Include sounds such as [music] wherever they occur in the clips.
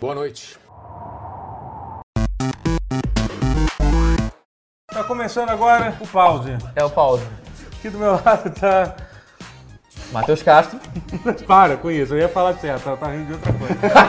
Boa noite. Tá começando agora o pause. É o Paulo. Aqui do meu lado tá. [laughs] Matheus Castro. Para com isso, eu ia falar certo, ela tá rindo de outra coisa. [laughs]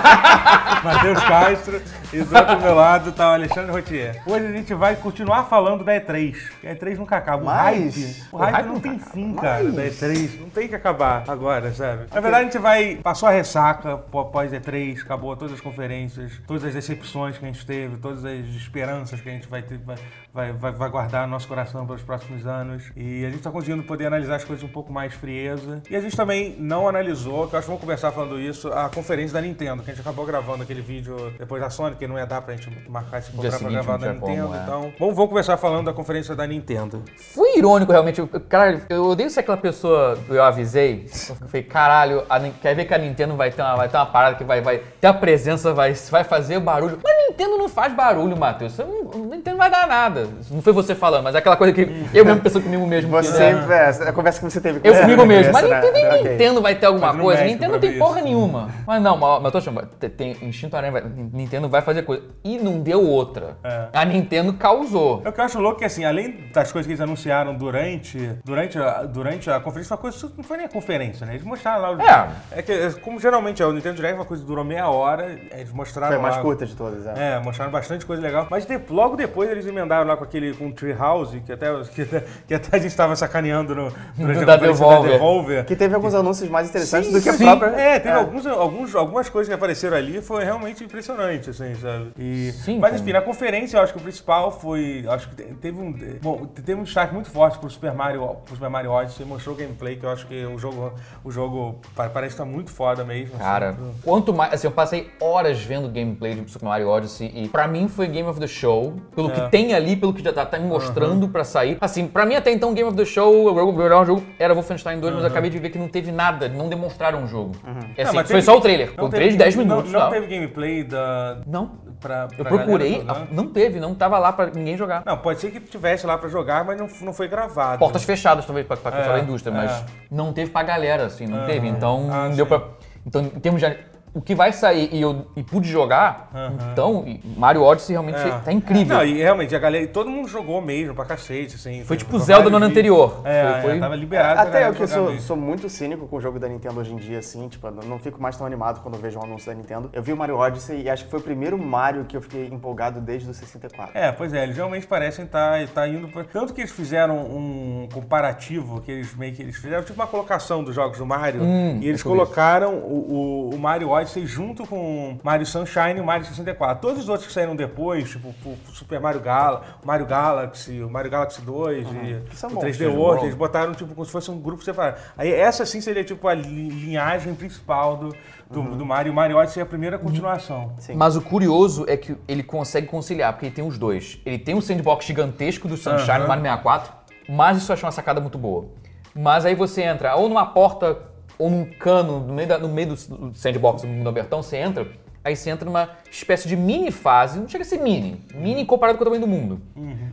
Matheus Castro e do outro meu lado tá o Alexandre Rotier. Hoje a gente vai continuar falando da E3. A E3 nunca acaba. O Mas- hype, o o hype, hype não nunca tem acaba. fim, cara, Mas- da E3. Não tem que acabar agora, sabe? Na verdade, a gente vai. Passou a ressaca pô- pós E3, acabou todas as conferências, todas as decepções que a gente teve, todas as esperanças que a gente vai ter. vai- Vai, vai, vai guardar no nosso coração pelos próximos anos. E a gente tá conseguindo poder analisar as coisas um pouco mais frieza. E a gente também não analisou, que eu acho que vamos começar falando isso, a conferência da Nintendo, que a gente acabou gravando aquele vídeo depois da Sony, que não ia dar pra gente marcar esse comprar pra seguinte, gravar não da tinha como, Nintendo. é. Então, vamos, vamos começar falando da conferência da Nintendo. Fui irônico, realmente. Eu- Cara, eu odeio ser aquela pessoa que eu avisei. Eu falei, caralho, a Nin- quer ver que a Nintendo vai ter uma, vai ter uma parada que vai, vai ter a presença, vai, vai fazer barulho. Mas a Nintendo não faz barulho, Matheus. Você não- A Nintendo não vai dar nada. Isso Não foi você falando, mas é [laughs] aquela coisa que eu mesmo penso comigo mesmo. que, Você, né? é, a conversa que você teve com Eu ele comigo na mesmo. Mas cabeça, Nintendo, né? nem Ok. Nintendo vai ter alguma é Mas não coisa. mexe Nintendo pra não tem ver porra isso. nenhuma. Mas não, mas mas eu tô chamando. Tem, tem instinto aranha, vai- Nintendo vai fazer coisa. E não deu outra. A Nintendo causou. É o que eu acho louco que, assim, além das coisas que eles anunciaram durante, durante, a, durante a conferência, foi uma coisa, não foi nem a conferência, né? Eles mostraram lá... o- É. É que, é, como geralmente é, o Nintendo Direct, uma coisa que durou meia hora, eles mostraram Foi a mais lá- curta de todas, é. Ah. É, mostraram bastante coisa legal. Mas de- logo depois eles emendaram lá com aquele com o Treehouse, que até, [laughs] que, que até a gente estava sacaneando no, durante a Da conferência Devolver. da Devolver. Que teve alguns anúncios mais interessantes do que a Sim, própria. É, teve Alguns, alguns- algumas coisas que apareceram ali, foi realmente impressionante, assim, sabe? E- Sim, mas como- enfim, na conferência eu acho que o principal foi. Acho que te- teve um. Bom, te- teve um destaque muito forte pro Super Mario, pro Super Mario Odyssey, mostrou gameplay, que eu acho que o jogo, o jogo pa- parece estar muito foda mesmo. assim. Cara, quanto mais. Assim, eu passei horas vendo gameplay de Super Mario Odyssey e pra mim foi Game of the Show. Pelo É. que tem ali, pelo que já tá, tá me mostrando pra sair. Assim, pra mim até então Game of the Show, o jogo- o melhor jogo era Wolfenstein 2, mas eu acabei de ver que não teve nada, não demonstraram o jogo. É Não, assim, mas foi teve- só o trailer. não Com teve- 3, 10 não- minutos. Não, tá? teve gameplay da. não. Pra, pra Eu galera procurei, jogar. a- não teve, não tava lá pra ninguém jogar. Não, pode ser que tivesse lá pra jogar, mas não, f- não foi gravado. Portas fechadas, talvez, pra, pra pessoal É, da indústria, é. mas não teve pra galera, assim, não teve. Então, Ah, não deu sim. pra. Então, em termos de. O que vai sair e eu e pude jogar, então, e Mario Odyssey realmente É. tá incrível. Não, e realmente, a galera, todo mundo jogou mesmo pra cacete, assim. Foi teve tipo o Zelda no ano vários vídeos. anterior. É, Foi- é, foi- tava liberado. pra Até galera eu que jogar sou, mesmo. sou muito cínico com o jogo da Nintendo hoje em dia, assim, tipo, eu não não fico mais tão animado quando eu vejo um anúncio da Nintendo. Eu vi o Mario Odyssey e acho que foi o primeiro Mario que eu fiquei empolgado desde o 64. É, pois é, eles realmente parecem estar tá, tá indo pra... Tanto que eles fizeram um comparativo, que eles meio que eles fizeram tipo uma colocação dos jogos do Mario, Hum, e eles colocaram o, o- o Mario Odyssey junto com Mario Sunshine e o Mario 64. Todos os outros que saíram depois, tipo o o Super Mario Gala, o Mario Galaxy, o Mario Galaxy 2 e são o bons, 3D são World, bons. eles botaram tipo como se fosse um grupo separado. Aí essa sim seria tipo a li- linhagem principal do, do, Uhum. do Mario, e o Mario Odyssey é a primeira continuação. Mas o curioso é que ele consegue conciliar, porque ele tem os dois. Ele tem um sandbox gigantesco do Sunshine Aham. Mario 64, mas isso eu achei uma sacada muito boa. Mas aí você entra ou numa porta ou num cano no meio, da- no meio do sandbox do mundo abertão, você entra, aí você entra numa espécie de mini fase, não chega a ser mini, mini comparado com o tamanho do mundo.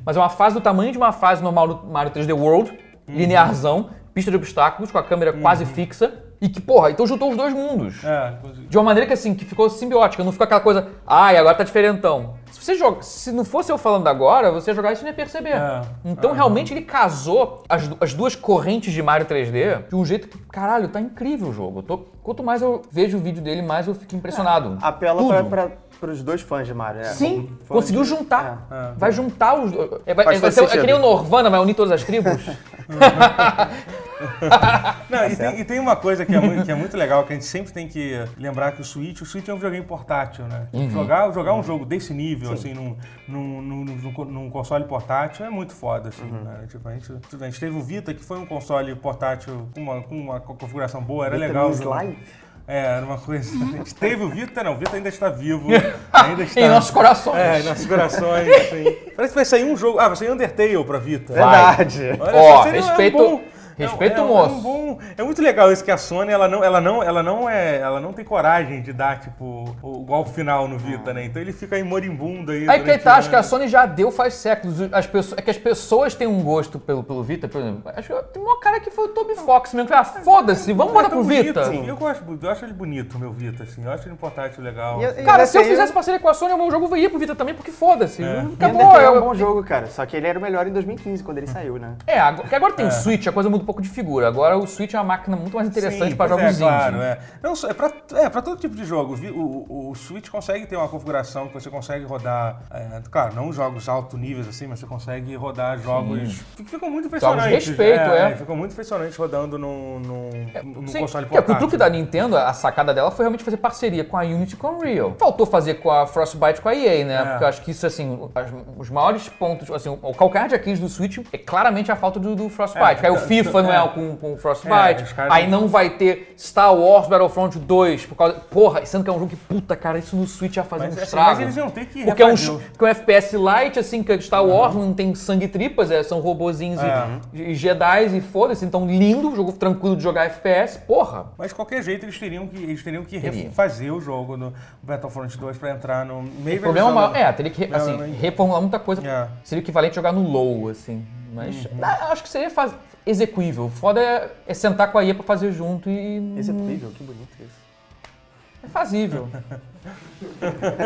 Mas é uma fase do tamanho de uma fase normal do Mario 3D World, linearzão, pista de obstáculos, com a câmera quase fixa, e que, porra, então juntou os dois mundos. Uhum. É, inclusive. De uma maneira que assim, que ficou simbiótica, não ficou aquela coisa, ai, agora tá diferentão. Se você joga, se não fosse eu falando agora, você ia jogar isso e não ia perceber. É. Então realmente ele casou as, du- as duas correntes de Mario 3D de um jeito que, caralho, tá incrível o jogo. Eu tô- quanto mais eu vejo o vídeo dele, mais eu fico impressionado. É, Apela Tudo. pra, pra, pros dois fãs de Mario, né? Sim, Como fãs conseguiu de- juntar. É. Vai juntar os. É, vai, Faz é, vai todo ser, é sentido. que nem o Norvana, vai unir todas as tribos. [laughs] Não, Tá e, tem, e tem uma coisa que é, muito, que é muito legal, que a gente sempre tem que lembrar que o Switch, o Switch é um videogame portátil, né? Uhum. Jogar, jogar um jogo desse nível, assim, num, num, num, num co- num console portátil é muito foda, assim, Uhum. né? Tipo, a gente, tudo bem, a gente teve o Vita, que foi um console portátil com uma, com uma co- configuração boa, era Vita legal. News jogar. Live? É, era uma coisa. A gente [laughs] teve o Vita, não, o Vita ainda está [laughs] vivo. Ainda está. em nossos corações. É, em nossos corações, [laughs] assim. Parece que vai sair um jogo. Ah, vai sair Undertale pra Vita. Verdade. Olha Ó, seria um respeito- bom- Respeita é, o um- moço. É, um bom- é muito legal isso que a Sony, ela não, ela não, ela não é, ela não tem coragem de dar tipo o golpe final no Vita, né? Então ele fica aí moribundo aí. Ah. Aí que durante um tá, acho que a ano. Sony já deu faz séculos. As pessoas, é que as pessoas têm um gosto pelo, pelo Vita, por exemplo. Acho que tem uma cara que foi o Toby Fox mesmo, que ah, foda-se, vamos Não é botar tão pro Vita. bonito. Eu gosto, eu acho ele bonito, meu Vita, assim. Eu acho ele um portátil legal. E- assim. e- Cara, se eu Undertale- fizesse parceria com a Sony, o meu jogo ia pro Vita também, porque foda-se. Acabou. Undertale é um eu- bom jogo, cara. Só que ele era o melhor em 2015, quando ele saiu, né? É, agora, porque agora tem o Switch, a coisa muda um pouco de figura. Agora o Switch é uma máquina muito mais interessante Sim, pra pois jogos é, indie. claro, é. Não, só- é pra, é pra todo tipo de jogo. Vi- O, o, o Switch consegue ter uma configuração que você consegue rodar, é, claro, não jogos alto níveis assim, mas você consegue rodar jogos que ficam muito impressionantes. né? respeito, é. Ficam muito impressionantes rodando num, num, num Sim, console porque portátil. o truque da Nintendo, a sacada dela foi realmente fazer parceria com a Unity e com a Unreal. Faltou fazer com a Frostbite e com a EA, né? É. Porque eu acho que isso, assim, as- os maiores pontos, assim, o, o calcanhar de Aquiles do Switch é claramente a falta do, do Frostbite. É, aí o tá- FIFA tá- não é. é com, com o É, Frostbite, os caras- aí não vai ter Star Wars Battlefront 2 por causa... Porra, sendo que é um jogo que, puta, cara, isso no Switch ia fazer Mas, um assim, estrago. mas eles iam ter que Porque é um, refazer ch- o- porque é um FPS light, assim, que é Star Wars, não tem sangue e tripas, é, são robozinhos e- É. e, Jedi e foda-se. Então, lindo, jogo tranquilo de jogar FPS, porra. Mas de qualquer jeito eles teriam que, eles teriam que Teria. refazer o jogo do Battlefront 2 pra entrar no meio O problema versão- maior, é, teria que re- Não, assim, não- reformular muita coisa. É. Seria o equivalente a jogar no low, assim. Mas ah, acho que seria faz- execuível. O Foda é, é sentar com a IA pra fazer junto e Esse é incrível, que bonito isso. é fazível.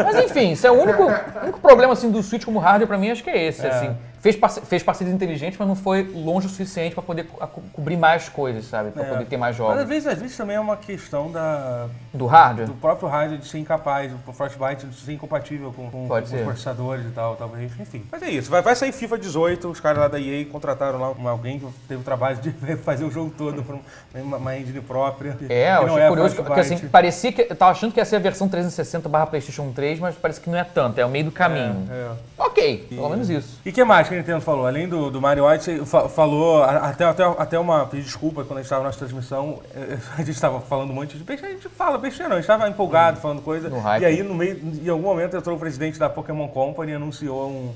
Mas enfim, isso é o único, o único problema assim, do Switch como hardware pra mim, acho que é esse. Assim. Fez, parce- fez parcerias inteligentes, mas não foi longe o suficiente pra poder co- co- cobrir mais coisas, sabe? Pra É. poder ter Mas mais jogos. às vezes, às vezes também é uma questão da, Do hardware? do próprio rádio de ser incapaz, o Frostbite de ser incompatível com, com- Pode com os ser. processadores e tal, talvez. Enfim. Mas é isso. Vai, vai sair FIFA 18, os caras lá da EA contrataram lá uma- alguém que teve o trabalho de [laughs] fazer o jogo todo por um, uma, uma engine própria. É, que eu não achei a curioso, que- porque Frostbite. assim, parecia que. Eu tava achando que ia ser a versão 360 barra Playstation 3, mas parece que não é tanto, é o meio do caminho. É. Ok, pelo menos isso. E o que mais que a Nintendo falou? Além do, do Mario Odyssey, fa- falou a- até, até, até uma. Pedi desculpa quando a gente estava na nossa transmissão, eh, [laughs] a gente estava falando um monte de besteira, a gente fala besteira, não, a gente estava empolgado falando coisa. Hum. No hype. E aí, no meio, em algum momento, entrou o presidente da Pokémon Company e anunciou um.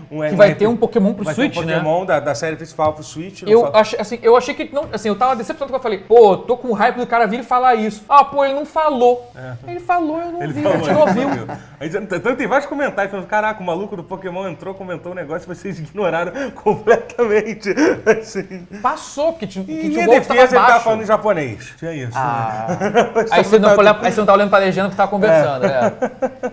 [laughs] um, Que vai ter um Pokémon pro vai ter um Switch, né? Pokémon da, da série principal pro Switch. não Eu fala- achei, assim, eu achei que. Não, assim, eu tava decepcionado quando eu falei, pô, tô com hype do cara vir e falar isso. Ah, pô, ele não falou. Ele falou, eu não Ele vi, falou, né? a gente não ele ouviu. falou. A gente- Então tem vários comentários falando, caraca, o maluco do Pokémon entrou, comentou um negócio e vocês ignoraram completamente. [laughs] Assim. Passou, porque tinha um E que minha tinha o defesa, ele tava tava baixo. falando em japonês. Tinha isso. Ah, Aí você, não, olha- aí você não tá olhando pra legenda que tá conversando, é.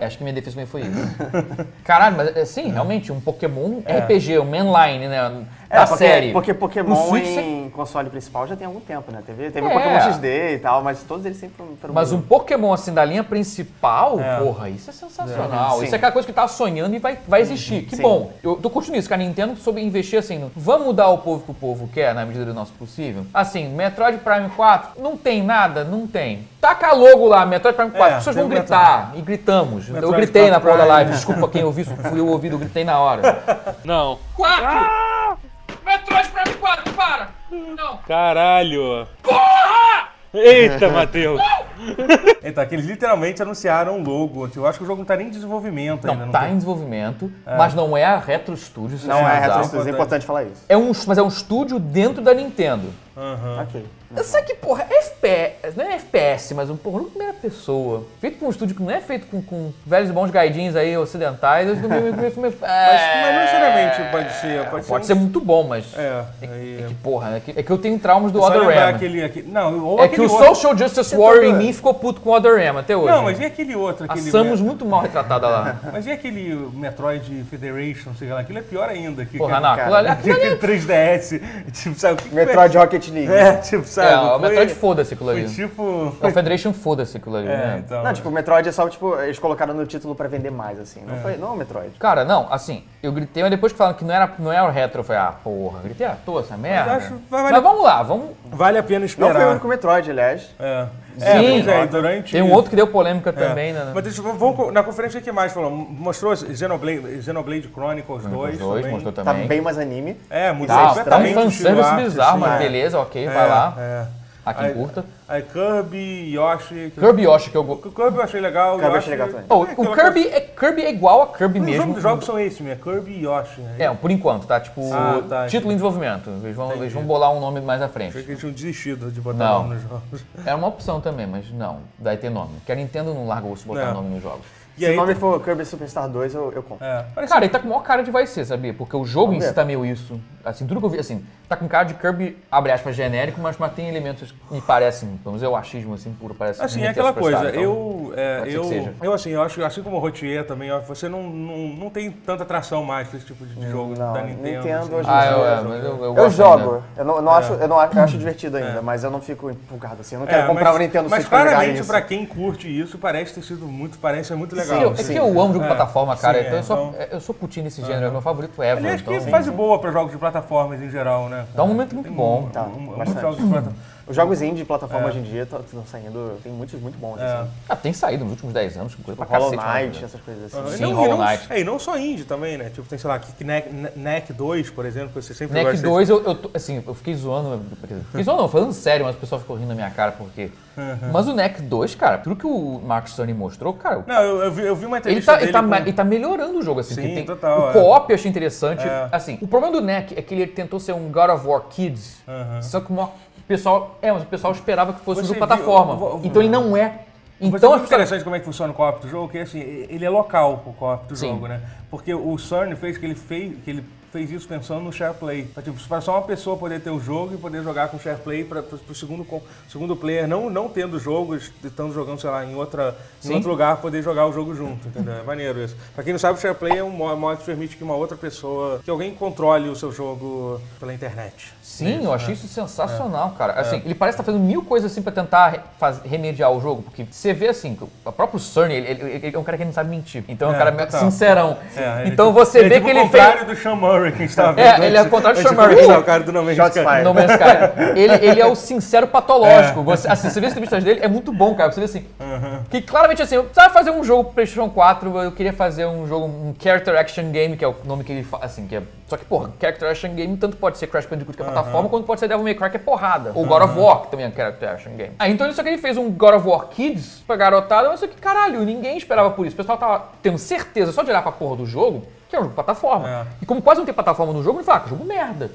É, Acho que minha defesa também foi isso. Caralho, mas é, sim, realmente, um Pokémon RPG, um mainline, né? é, da porque, série. porque No Pokémon Switch em console principal já tem algum tempo, né? Teve, teve o É. Pokémon XD e tal, mas todos eles sempre foram... foram Mas um bons. Pokémon assim da linha principal, É. porra, isso é sensacional. É, sim. isso é aquela coisa que tava sonhando e vai, vai existir. Que Sim. bom. Eu tô curtindo isso, que a Nintendo soube investir assim, no, vamos dar ao povo que o povo quer na medida do nosso possível. Assim, Metroid Prime 4, não tem nada? Não tem. Taca logo lá, Metroid Prime 4, É, as pessoas tem vão o gritar. E gritamos. eu Metroid gritei na 4 porra da Prime. live, desculpa quem ouviu, isso, fui eu ouvido, eu gritei na hora. Não. 4! Metroid Prime 4, para! Não! Caralho. Eita, Matheus. Então, que eles literalmente anunciaram o logo. Eu acho que o jogo não tá nem em desenvolvimento ainda. Não, tá tem. em desenvolvimento, mas não é a Retro Studios. isso Não é, bizarro. Retro Studios, é importante falar isso. É um, mas é um estúdio dentro da Nintendo. Aham. Ok. Só que, porra, FPS, não é FPS, mas um porra, uma primeira pessoa. Feito por um estúdio que não é feito com, com velhos e bons gaidins aí ocidentais, eu fico meio, [laughs] meio, meio, meio- Mas, é, mas não necessariamente pode ser. Pode, Pode ser ser. um- muito bom, mas. É, É que, aí. porra, é que, é que eu tenho traumas do Só Other lembrar M. aquele, aquele. Não, ou É que aquele o outro. Social Justice Warrior em doido. mim ficou puto com o Other M até hoje. um- Não, mas e aquele outro? A Aquele Samus muito mal retratada [laughs] lá. Mas e aquele Metroid Federation, sei lá, aquilo é pior ainda. Que, Porra, que, não, que- aquilo ali- aquilo ali é [laughs] aquele 3DS. Tipo, sabe? o que que Metroid Rocket League. foi? É, tipo, sabe? É, o foi- Metroid foda-se aquilo ali. Foi tipo. É o Federation foda-se aquilo ali, É, né? então. Não, tipo, Metroid é só, tipo, eles colocaram no título pra vender mais, assim. Não foi, não, Metroid. Cara, não, assim, eu gritei, mas depois que falaram que não era, não era o retro, eu falei, ah, porra, gritei à toa essa merda. acho- vai valer- Mas vamos lá, vamos. Vale a pena Não foi o esperar. único Metroid, aliás. É, é, Sim. pois é, durante. Tem um outro que deu polêmica também, né? É. Mas deixa, eu- vamos, na conferência o que mais falou? Mostrou Xenoblade, Xenoblade Chronicles 2. Os dois, também. mostrou Tá também. bem mais anime. É, mudou Tá, tá um completamente o fanservice estilo arte, bizarro, assim, mas é. beleza, ok, É, vai lá. é. a quem Aí- curta. Aí Kirby, Yoshi. que- Kirby Yoshi, que eu go- O Kirby eu achei legal. Kirby eu Yoshi- achei legal também. Oh, É, o aquela Kirby é, Kirby é igual a Kirby coisa- Os mesmo. nomes dos jogos são esses, né? Kirby e Yoshi. né? É, por enquanto, tá? Tipo, Ah, tá, título em entendi. desenvolvimento. Eles vão, eles vão bolar um nome mais à frente. Achei que eles tinham desistido de botar Não. nome nos jogos. Era uma opção também, mas não, daí ter nome. Porque a Nintendo não larga o osso botar Não. nome nos jogos. E Se aí. o nome for Kirby Superstar 2, eu, eu compro. É, parece Cara, ele tá com a maior cara de vai ser, sabia? Porque o jogo em Vamos si ver. tá meio isso. Assim, tudo que eu vi, assim, tá com cara de Kirby, abre aspas, genérico, mas, mas tem elementos que me parecem, pelo menos é o achismo, assim, puro, parece... Assim, é Nintendo aquela Superstar, coisa, então. eu, é, pode ser que seja. eu, eu assim, eu acho, assim como o Rotier também, ó, você não, não, não tem tanta atração mais pra esse tipo de jogo Hum, não, da Nintendo. Nintendo assim. hoje em Ah, dia- né? eu, é, mas eu, eu Eu gosto jogo, ainda. eu não, eu não acho, eu não acho, eu acho divertido ainda, mas eu não fico empolgado assim. Eu não É, quero comprar mas- o Nintendo Mas Switch pra jogar claramente, nisso. pra quem curte isso, parece ter sido muito, parece ser muito Sim, eu- legal. é assim. que eu amo jogo de É, plataforma, cara, sim, então, eu sou, então- eu sou putinho desse gênero, é meu favorito ever, Aliás, então... que um fase boa pra jogos de plataformas em geral, né? Dá um momento muito bom. Tá, Um- muitos bastante. jogos de plataforma. Os jogos indie de plataforma hoje em dia estão saindo, tem muitos muito bons, assim. Ah, tem saído nos últimos 10 anos, coisa pra Hollow cacete. Knight, né? essas coisas Ah, assim. e Sim, não- e Hollow não- Knight. É, e não só indie também, né? Tipo, tem, sei lá, Kinect- Ne- Neck 2, por exemplo, que você sempre NEC gosta. 2, Né, eu, eu tô- assim, eu fiquei zoando, quer dizer, fiquei zoando não, falando sério, mas o pessoal ficou rindo na minha cara, porque... Mas o NEC 2, cara, tudo que o Mark Cerny mostrou, cara, Não, eu, eu vi, eu vi uma ele entrevista tá, ele, dele tá, com- ma- ele tá melhorando o jogo, assim. Sim, porque tem, total, o é. co-op eu achei interessante. Assim, o problema do NEC é que ele tentou ser um God of War Kids, só que o maior- o pessoal... É, mas o pessoal esperava que fosse um Você jogo viu- plataforma. vo- vo- então ele não é. Então, Mas é Então as muito pessoas... interessante como é que funciona o co-op do jogo, que assim, ele é local o co-op do Sim. jogo, né? Porque o Cerny fez que ele fez que ele fez isso pensando no share play. Pra, Tipo, pra só uma pessoa poder ter o jogo e poder jogar com share play para pro segundo co- segundo player não não tendo jogos, estando jogando, sei lá, em outra em Sim. outro lugar poder jogar o jogo junto, entendeu? É maneiro isso. Pra quem não sabe, o share play é um mo- modo que permite que uma outra pessoa, que alguém controle o seu jogo pela internet. Sim, eu né? achei isso sensacional, É. cara. Assim, ele parece estar fazendo mil coisas assim pra tentar re- faz- remediar o jogo, porque você vê assim, que o o próprio Cerny, ele, ele- ele é um cara que não sabe mentir. Então é um É, cara meio total. sincerão. É, ele é então tipo- você vê é tipo que o ele fez. contrário do Sean Murray que a gente tava É, vendo ele é o antes- contrário do antes de Sean Murray. começar, o cara do No Man's Shots Sky. É. fired. No Man's [laughs] Sky. Ele, ele é o sincero patológico. Você, assim, você vê as entrevistas dele, é muito bom, cara. Você vê assim. Que claramente assim, eu precisava fazer um jogo pro PlayStation 4, eu queria fazer um jogo, um Character Action Game, que é o nome que ele fala, assim, que é. Só que, porra, Character Action Game tanto pode ser Crash Bandicoot que é plataforma, quanto pode ser Devil May Cry que é porrada. Ou God of War, que também é um Character Action Game. Aí então ele só que ele fez um God of War Kids pra garotada, mas só que, caralho, ninguém esperava por isso. O pessoal tava tendo certeza só de olhar pra porra do jogo. Que é um jogo plataforma. É. E como quase não tem plataforma no jogo, ele fala, ah, que jogo merda.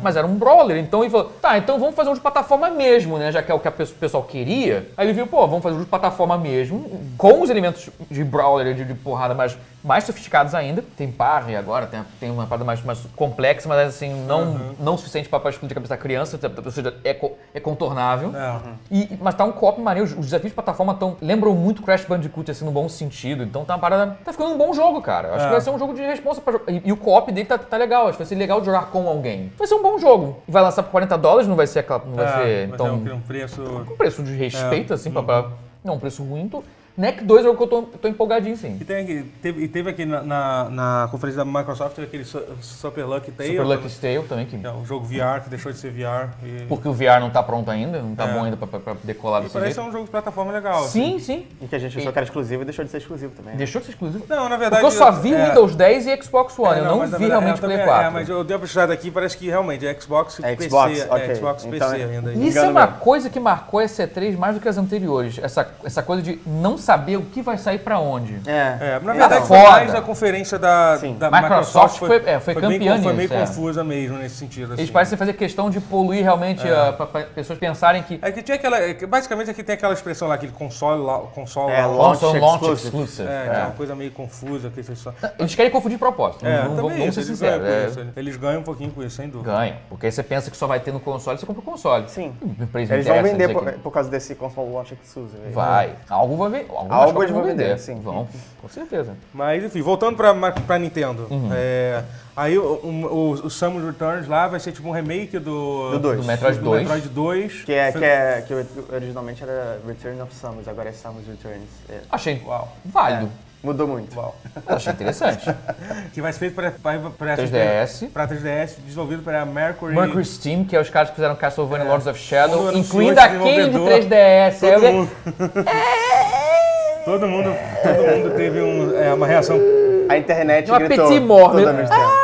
Mas era um brawler, então ele falou, tá, então vamos fazer um de plataforma mesmo, né? Já que é o que a pe- o pessoal queria. Aí ele viu, pô, vamos fazer um de plataforma mesmo, com os elementos de brawler, de, de porrada, mas mais sofisticados ainda. Tem parry agora, tem, tem uma parada mais, mais complexa, mas assim, não, não suficiente pra, pra explodir a cabeça da criança, ou seja, é, co- é contornável. É. E- mas tá um copo maneiro, os desafios de plataforma tão, lembram muito Crash Bandicoot, assim, no bom sentido. Então tá uma parada. Tá ficando um bom jogo, cara. Acho É. que vai ser um jogo de responsa pra jogar. E, e o co-op dele tá, tá legal, acho que vai ser legal de jogar com alguém. Vai ser um bom jogo. E vai lançar por 40 dólares, não vai ser aquela. Não vai É, ser. mas Então. é um, É. Uhum. um preço. Um preço de respeito, assim, pra, pra. Não, um preço ruim. Tô... Neck 2 é o que eu tô, tô empolgadinho, sim. E, tem aqui, teve, e teve aqui na, na, na conferência da Microsoft teve aquele Su- Super Lucky Tail, Super Lucky Tale também, que. que é um jogo VR que deixou de ser VR. E Porque o VR não tá pronto ainda, não tá É. bom ainda pra, pra- pra decolar desse parece ser jeito. um jogo de plataforma legal. assim. Sim, sim. E que a gente achou que era exclusivo e deixou de ser exclusivo também. né? Deixou de ser exclusivo. Não, na verdade. Porque eu só vi é, Windows 10 e Xbox é, One, eu não mas na vi verdade- realmente eu Play também- 4. É, mas eu dei uma pesquisada aqui parece que realmente é Xbox e É PC. Xbox, É ok. Xbox e Então PC é- ainda. Isso é Engano uma mesmo. coisa que marcou essa E3 mais do que as anteriores. Essa, essa coisa de não saber o que vai sair pra onde. É. É, na verdade, Tá foi foda. mais a conferência da, Sim. da Microsoft Microsoft. foi- é, foi bem campeã con- Foi meio nisso, é. confusa mesmo nesse sentido. Eles assim. parecem fazer questão de poluir realmente ah, pra, pra pessoas pensarem que. É que tinha aquela. é que Basicamente aqui tem aquela expressão lá, aquele console lá. Console É, lá launch Launch, launch exclusive. exclusive. É, É. Então, é uma coisa meio confusa que vocês só. Eles querem confundir propósito. É, não, também vamos vamos isso, ser eles ganham sinceros. com É, isso. Eles ganham um pouquinho com isso, sem dúvida. ganha. Porque aí você pensa que só vai ter no console, você compra o console. Sim. O preço Eles interessa, vão vender não sei o por, quê. por causa desse console launch exclusive. aí. Vai. Algo vai vender. Algo, Algo eles eles vão vão vender. vender, sim. Vão, com certeza. Mas enfim, voltando pra, ma- pra Nintendo. É, aí o, um- o, o Samus Returns lá vai ser tipo um remake do. Do Do dois. Metroid do 2. Metroid 2. Que, é, que, é, que originalmente era Return of Samus, agora é Samus Returns. É. Achei Uau. válido. Mudou muito. Uau. É. Achei interessante. Que vai ser feito pra, pra, pra 3DS. Pra 3DS, desenvolvido pela Mercury. Mercury Steam, que é os caras que fizeram Castlevania Lords of Shadow, Todo ano incluindo foi aquele de desenvolvedor. 3DS. Aí Todo alguém- mundo. [laughs] todo mundo. Todo mundo teve um- é, uma reação. A internet Uma gritou petit mort, toda né? vez. tempo.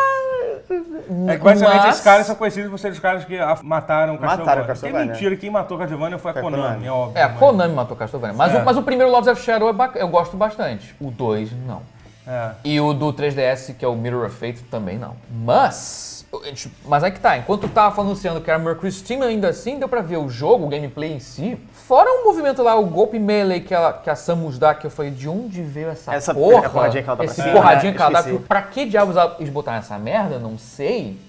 É que basicamente Mas- esses caras são conhecidos por serem os caras que af- mataram o Mataram Castlevania. o Castlevania. Que mentira, quem matou o Castlevania foi a Foi a Konami, Konami. é óbvio. É, a mas- Konami matou Castlevania. Mas, É. o, mas o primeiro Lords of Shadow é bac- eu gosto bastante. O 2, não. É. E o do 3DS, que é o Mirror of Fate, também não. Mas. a gente- Mas é que tá, enquanto eu tava anunciando que era Mercury Steam, ainda assim deu pra ver o jogo, o gameplay em si. Fora o movimento lá, o golpe melee que, ela, que a Samus dá, que eu falei, de onde veio essa, Essa porra? porradinha que ela dá pra Esse cima, porradinha né? que ela dá. Esqueci. Tipo, Pra que diabos eles botaram essa merda? Não [laughs] sei.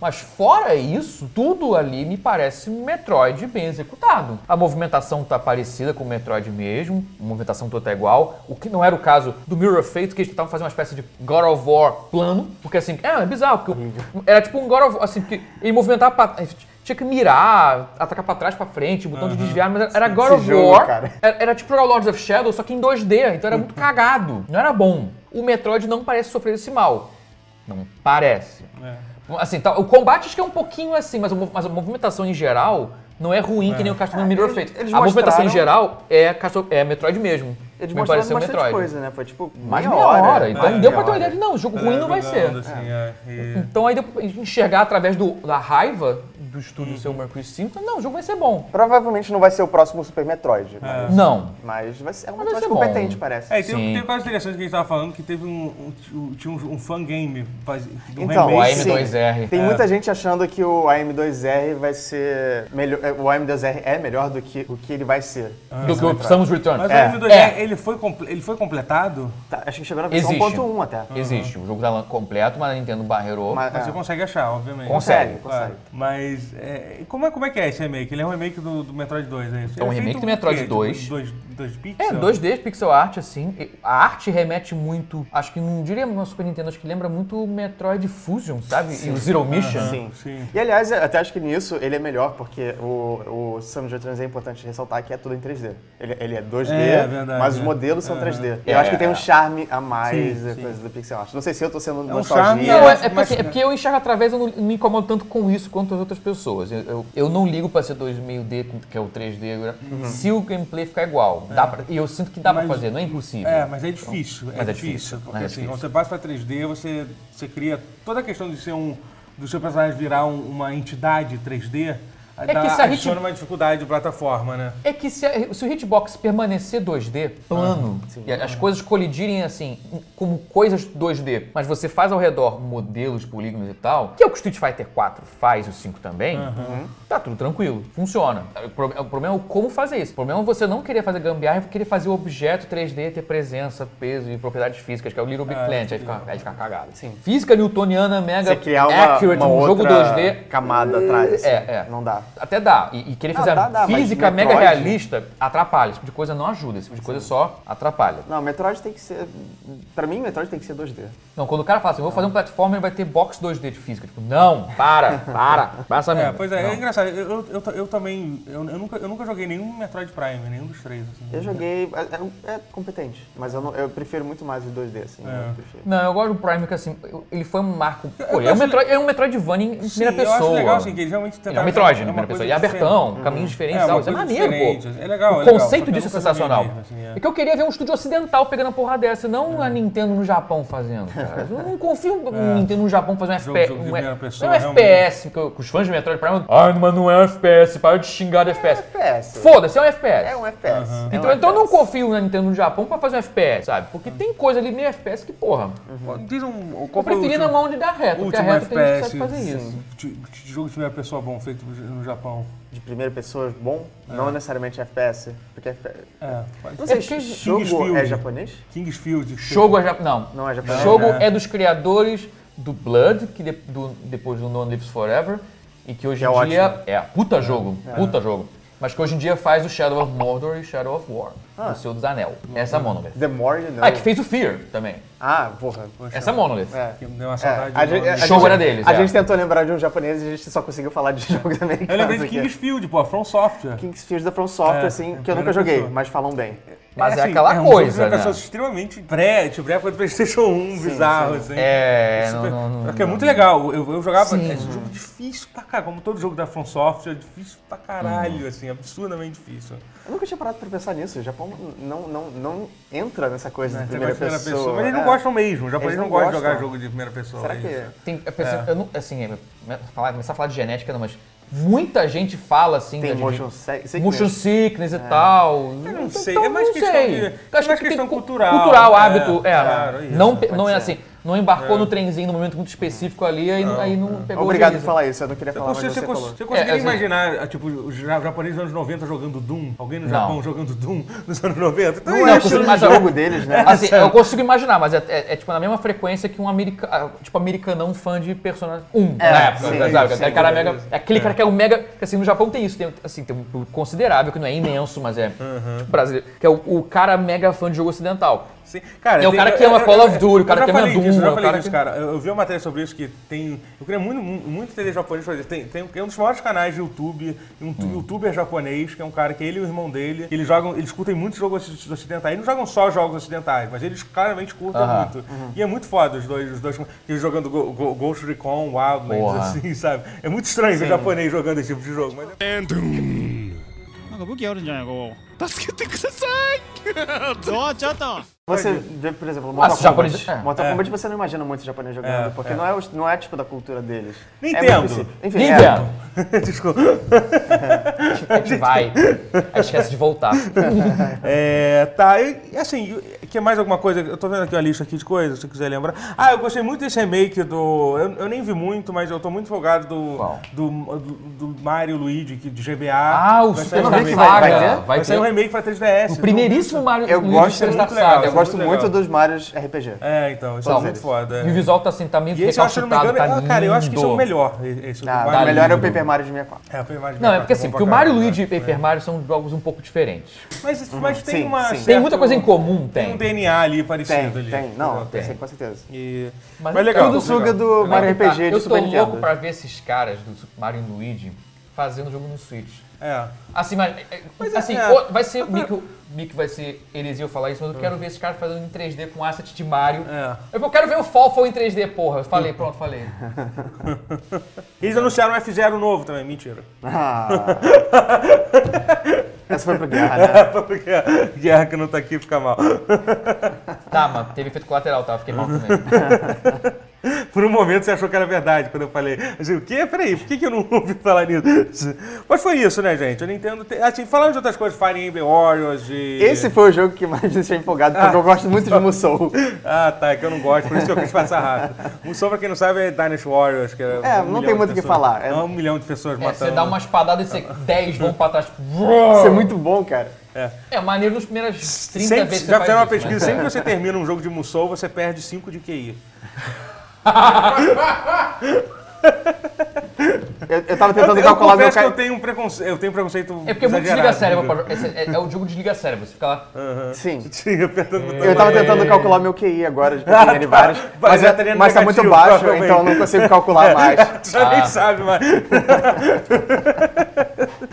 Mas fora isso, tudo ali me parece um Metroid bem executado. A movimentação tá parecida com o Metroid mesmo, a movimentação toda é igual, o que não era o caso do Mirror of Fate, que eles tentavam fazer uma espécie de God of War plano, porque assim, é, é bizarro, porque o- era tipo um God of War, assim, porque ele movimentava pra, tinha que mirar, atacar pra trás, pra frente, botão de desviar, mas era God Esse of jogo, War, cara. era, era tipo jogar Lords of Shadow, só que em 2D, então era muito cagado. Não era bom. O Metroid não parece sofrer esse mal. Não parece. É. é. Assim, tá- o combate acho que é um pouquinho assim, mas, o mov- mas a movimentação em geral não é ruim que nem o Castlevania Mirror eles- Fate. eles a movimentação em mostraram- geral é, Castle- é Metroid mesmo. Eles Me mostraram pareceu bastante Metroid. coisa, né? Foi tipo Mais meia hora. Então É, deu meia pra ter uma hora. É, ideia de, não, o jogo ruim não vai ser. Jogando, assim, é, e- [laughs] Então aí deu pra gente enxergar através do- da raiva do estúdio Uhum. ser o Mercury Steam, não, o jogo vai ser bom. Provavelmente não vai ser o próximo Super Metroid, mas, Não. mas vai ser, é um vai Metroid ser bom. competente, parece. É, e tem, Sim. tem coisa interessante que a gente tava falando, que teve um, um- tinha um, um fangame faz- do Então, o remake. sim. AM2R. Tem muita gente achando que o AM2R vai ser melhor, é, o AM2R é melhor do que o que ele É, vai ser. Ah. do que o Samus Return. Mas É. o M2R, É. ele, foi comple- ele foi completado? Tá, acho que chegou na versão Existe. 1.1 até. Existe, o jogo tá lá completo, mas a Nintendo barreirou. Mas, Mas é, você consegue achar, obviamente. Consegue, Claro. Mas é, como, é, como é que é esse remake? Ele é um remake do, do Metroid 2, é isso? É um Ele remake feito do Metroid o quê? 2. Tipo, dois, dois pixels? É, 2D, pixel art, assim. E A arte remete muito. Acho que não diria no Super Nintendo, acho que lembra muito o Metroid Fusion, sabe? E o Zero Mission. Sim. Ah, Sim. E aliás, eu até acho que nisso ele é melhor, porque o, o Samus Returns é importante ressaltar que é tudo em 3D. Ele, ele é 2D, É, verdade, mas os é. modelos são 3D. É. Eu acho que tem um charme a mais Sim, a sim. coisa do Pixel Art. Não sei se eu tô sendo um charme, nostalgia. Não, é, Mas- é porque, mas- é porque eu enxergo através, eu não, não me incomodo tanto com isso quanto as outras pessoas. Eu, eu, eu não ligo pra ser 2 meio D, que é o 3D agora, se o gameplay ficar igual. Dá pra- e eu sinto que dá pra Mas- fazer, não é impossível. É, mas é difícil. Mas é, é difícil, difícil, Porque mas é assim, difícil. quando você passa pra 3D, você, você cria toda a questão de ser um. do seu personagem virar um- uma entidade 3D. É que se a gente- adiciona uma dificuldade de plataforma, né? É que se, a- se o hitbox permanecer 2D, plano, e as coisas colidirem assim, como coisas 2D, mas você faz ao redor modelos, polígonos e tal, que é o que o Street Fighter 4 faz, o 5 também, Uhum. tá tudo tranquilo, funciona. O, pro- o problema é o como fazer isso. O problema é você não querer fazer gambiarra e querer fazer o objeto 3D ter presença, peso e propriedades físicas, que é o Little Big Planet, aí fica, aí fica cagado. Física newtoniana, é mega Você criar uma, accurate, uma um outra jogo 2D, camada atrás. assim, é, é. Não dá. até dá. E, e querer Não, é fazer dá, dá, mas física mega Metroid- realista atrapalha. Esse tipo de coisa não ajuda. Esse tipo de coisa só atrapalha. Não, Metroid tem que ser. Pra mim, Metroid tem que ser 2D. Não, quando o cara fala assim, vou fazer um platformer, vai ter box 2D de física. Tipo, não, para, [laughs] para, para essa É, merda. pois é, Não. é engraçado. Eu, eu, eu ta- eu também. Eu, eu nunca, eu nunca joguei nenhum Metroid Prime, nenhum dos três. assim. Eu joguei. É, é competente, mas eu, não- eu prefiro muito mais o 2D, assim. É. eu prefiro. Não, eu gosto do Prime, que assim, eu- ele foi um marco. Pô, ele é um acho- Metroid, é um Metroidvania em primeira Sim, pessoa. Eu acho legal, assim, que eles realmente Ele é tentaram- um Metroid, né? uma Primeira pessoa. coisa E abertão, diferente. caminhos diferentes. É, e tal. uma Isso é coisa maneiro, pô. diferente. É legal, o é legal, só conceito que eu disso é nunca joguei sensacional. mesmo, assim, é. é. que eu queria ver um estúdio ocidental pegando uma porra dessa, não a Nintendo no Japão [laughs] fazendo, cara. Eu não confio no Nintendo no Japão fazer um É. Jogo- FPS. jogo de Um, primeira é- pessoa, não é um realmente. FPS, que eu- que os fãs de Metroid Prime. Ah, mas não é um FPS, para de xingar de FPS. FPS. Foda-se, é um FPS. É um FPS. é um Então, então eu não FPS. confio na Nintendo no Japão pra fazer um FPS, sabe? Porque Uhum. tem coisa ali meio FPS que, porra, Diz um. Uhum. eu qual foi o preferi na último- mão de dar reto, porque a último reta tem gente que sabe FPS. fazer isso. de- de Jogo de primeira pessoa bom feito no Japão. de primeira pessoa bom, não necessariamente FPS, porque FPS... É, Não pode- sei, porque é King's jogo é Field. japonês? Kingsfield. que- Shogo é jap... não. Não é japonês, Shogo né? é dos criadores do Blood, que de- do- depois do No One Lives Forever, e que hoje Que é em ótimo. dia é puta jogo, puta jogo. Mas que hoje em dia faz o Shadow of Mordor e Shadow of War, o seu dos Anel. Essa é a Monolith. The More You Know. Ah, que fez o Fear também. Ah, porra. Essa é a Monolith. É. Que me deu uma É, saudade. a do gente- nome. a gente- Show era deles, A é. gente tentou lembrar de um japonês e a gente só conseguiu falar de [laughs] jogos americanos. Eu lembrei de aqui. Kingsfield, pô, a From Software. King's Field da From Software, É, assim, em que eu primeira nunca joguei, pessoa. mas falam bem. Mas é assim, aquela um jogo de coisa, primeira né? pessoa extremamente pré, tipo, época do Playstation 1, bizarro, assim. É, não, Super- não, não- Porque é muito legal. Eu, eu jogava. Sim. É um jogo difícil pra caralho. Como todo jogo Uhum. da From Software, é difícil pra caralho, assim, absurdamente difícil. Eu nunca tinha parado pra pensar nisso, o Japão não, não, não, não entra nessa coisa de Esse primeira negócio de pessoa. Mas eles não é. gostam mesmo. O japonês Eles não não gosta de gostam. jogar jogo de primeira pessoa. Será é que... isso. Tem, eu penso- eu não- assim, é, me- falar, começar a falar de genética, não, mas muita gente fala assim. Tem da- de- motion sick- sickness. motion sickness e tal. Então, Eu não sei, é mais questão de- é mais questão cultural, Cultural, é, hábito. É, claro, isso, não, pode É. não é ser. assim. Não embarcou no trenzinho num momento muito específico ali, aí não, aí não pegou Obrigado o por juízo. falar isso, eu não queria Eu falar, mas consigo- você Então, você cons- falou. você conseguiria É, assim- imaginar, ah, tipo, os ja- japoneses dos anos 90 jogando Doom? Alguém no Não. Japão jogando Doom nos anos 90? Então Não, é eu isso. consigo O imaginar. jogo deles, né? Assim, eu consigo imaginar, mas é, é- é, tipo na mesma frequência que um america, ah, tipo, americanão fã de Persona 1 É, na época. sim, sabe? sim, Aquele cara, beleza. mega, é aquele cara que é o mega. que, Assim, no Japão tem isso, tem, assim, tem um público considerável, que não é imenso, mas é Uhum. tipo, brasileiro. Que é o, o cara mega fã de jogo ocidental. Sim. Cara, É o cara que ama Call of Duty, o eu cara já que ama falei Doom, disso, eu já é o falei cara disso, que- cara. Eu, eu vi uma matéria sobre isso que tem. Eu queria muito, mu- muito entender japonês fazer. Tem, tem, tem um dos maiores canais de YouTube, um Hum. tu- youtuber japonês, que é um cara que ele e o irmão dele, eles jogam, eles curtem muitos jogos oci- ocidentais. Eles não jogam só jogos ocidentais, mas eles claramente curtem Aham. muito. E é muito foda os dois, os dois eles jogando Go- Go- Ghost Recon, Wildlands, Porra. assim, sabe? É muito estranho ver japonês jogando esse tipo de jogo, mas [laughs] é なんか武器あるんじゃないかこう助けてくださ [laughs] いそうちょっと Você vê, por exemplo, Ah, Mortal os Kombat. japoneses- é. Mortal Kombat você não imagina muito japonês jogando, porque Não, é, o- não é tipo da cultura deles. É Nintendo. muito específico. Enfim, é. Nintendo! Desculpa. A gente vai. Aí esquece de voltar. É, tá, e e assim, que mais alguma coisa? Eu tô vendo aqui uma lista aqui de coisas, se você quiser lembrar. Ah, eu gostei muito desse remake do. Eu, eu nem vi muito, mas eu tô muito empolgado do. Qual? Do, do, do Mario Luigi que- de GBA. Ah, o Vai sair Super um Mario Star remake- que vai- vai Saga. ter? Vai Vai sair um ter. remake pra 3DS. O primeirizíssimo Mario é, Eu Luigi gosto Super Star muito legal, Saga. Eu gosto muito muito legal. dos Marios RPG. É, então, isso é São. muito foda. E o é. visual tá assim, tá meio E esse, eu acho, se não me recalcitrado, engano, tá ah, cara, eu acho que isso é o lindo. melhor. e- Esse, Ah, do o Mario. melhor é o lindo. Paper Mario de 64. É, o Paper Mario Não, é Kart porque bom pra assim, porque o Mario caralho, Luigi e né? Paper Mario são jogos um pouco diferentes. Mas, mas tem Uhum. Sim, uma. sim. Tem certa- muita coisa em comum, Tem um tem. DNA ali parecido Tem, ali. tem. Não, Entendeu? tem, com certeza. E... Mas, Mas então, legal. E do Suga legal. do Mario Aí que tá, RPG de Eu tô Super louco Nintendo. pra ver esses caras do Super Mario e Luigi fazendo jogo no Switch. É. Assim, mas. é, é, assim, é. Ah. o- vai ser. Mico, Mico vai ser heresia eu falar isso, mas eu quero ver esses caras fazendo em 3D com asset de Mario. É. Eu, eu quero ver o Fall em 3D, porra. Eu falei, pronto, falei. Eles anunciaram o F0 novo também, [laughs] mentira. Ah. Essa foi pro Guerra, né? É, Porque a guerra que não tá aqui fica mal. Tá, mano, teve efeito colateral, tá? Fiquei mal também. Por um momento você achou que era verdade quando eu falei. Assim, o quê? Peraí, por que, que eu não [laughs] ouvi falar nisso? Mas foi isso, né, gente? A Nintendo. Tem, assim, falaram de outras coisas, Fire Emblem Warriors e. Esse foi o jogo que mais me deixou empolgado, porque eu gosto muito de Musou. Ah, tá, é que eu não gosto, por isso que eu quis passar rápido. O Soul, pra quem não sabe, é Dynasty Warriors. Que era É, um não milhão tem muito de o que pessoas. falar. É- É um milhão de pessoas É, matando. você dá uma espadada e você 10 vão pra trás. tipo, Isso é muito bom, cara. É maneiro nas primeiras 30 Sempre- vezes que já você fizeram uma faz isso, pesquisa, né? sempre que você termina um jogo de Musou, você perde 5 de QI. Eu, eu tava tentando eu, eu calcular meu confesso que eu cara. tenho um preconceito. Eu tenho um preconceito. É porque muito desliga exagerado, cérebro. entendeu? pra- esse É, é o jogo desliga cérebro. Você fica lá. Sim. Sim, apertando o botão. Eu tava tentando calcular meu QI agora, de Ah, pequeno em vários, mas, já teria é- mas tá muito negativo, baixo, provavelmente. então eu não consigo [laughs] É. calcular mais. Tu já nem Ah. sabe, mas.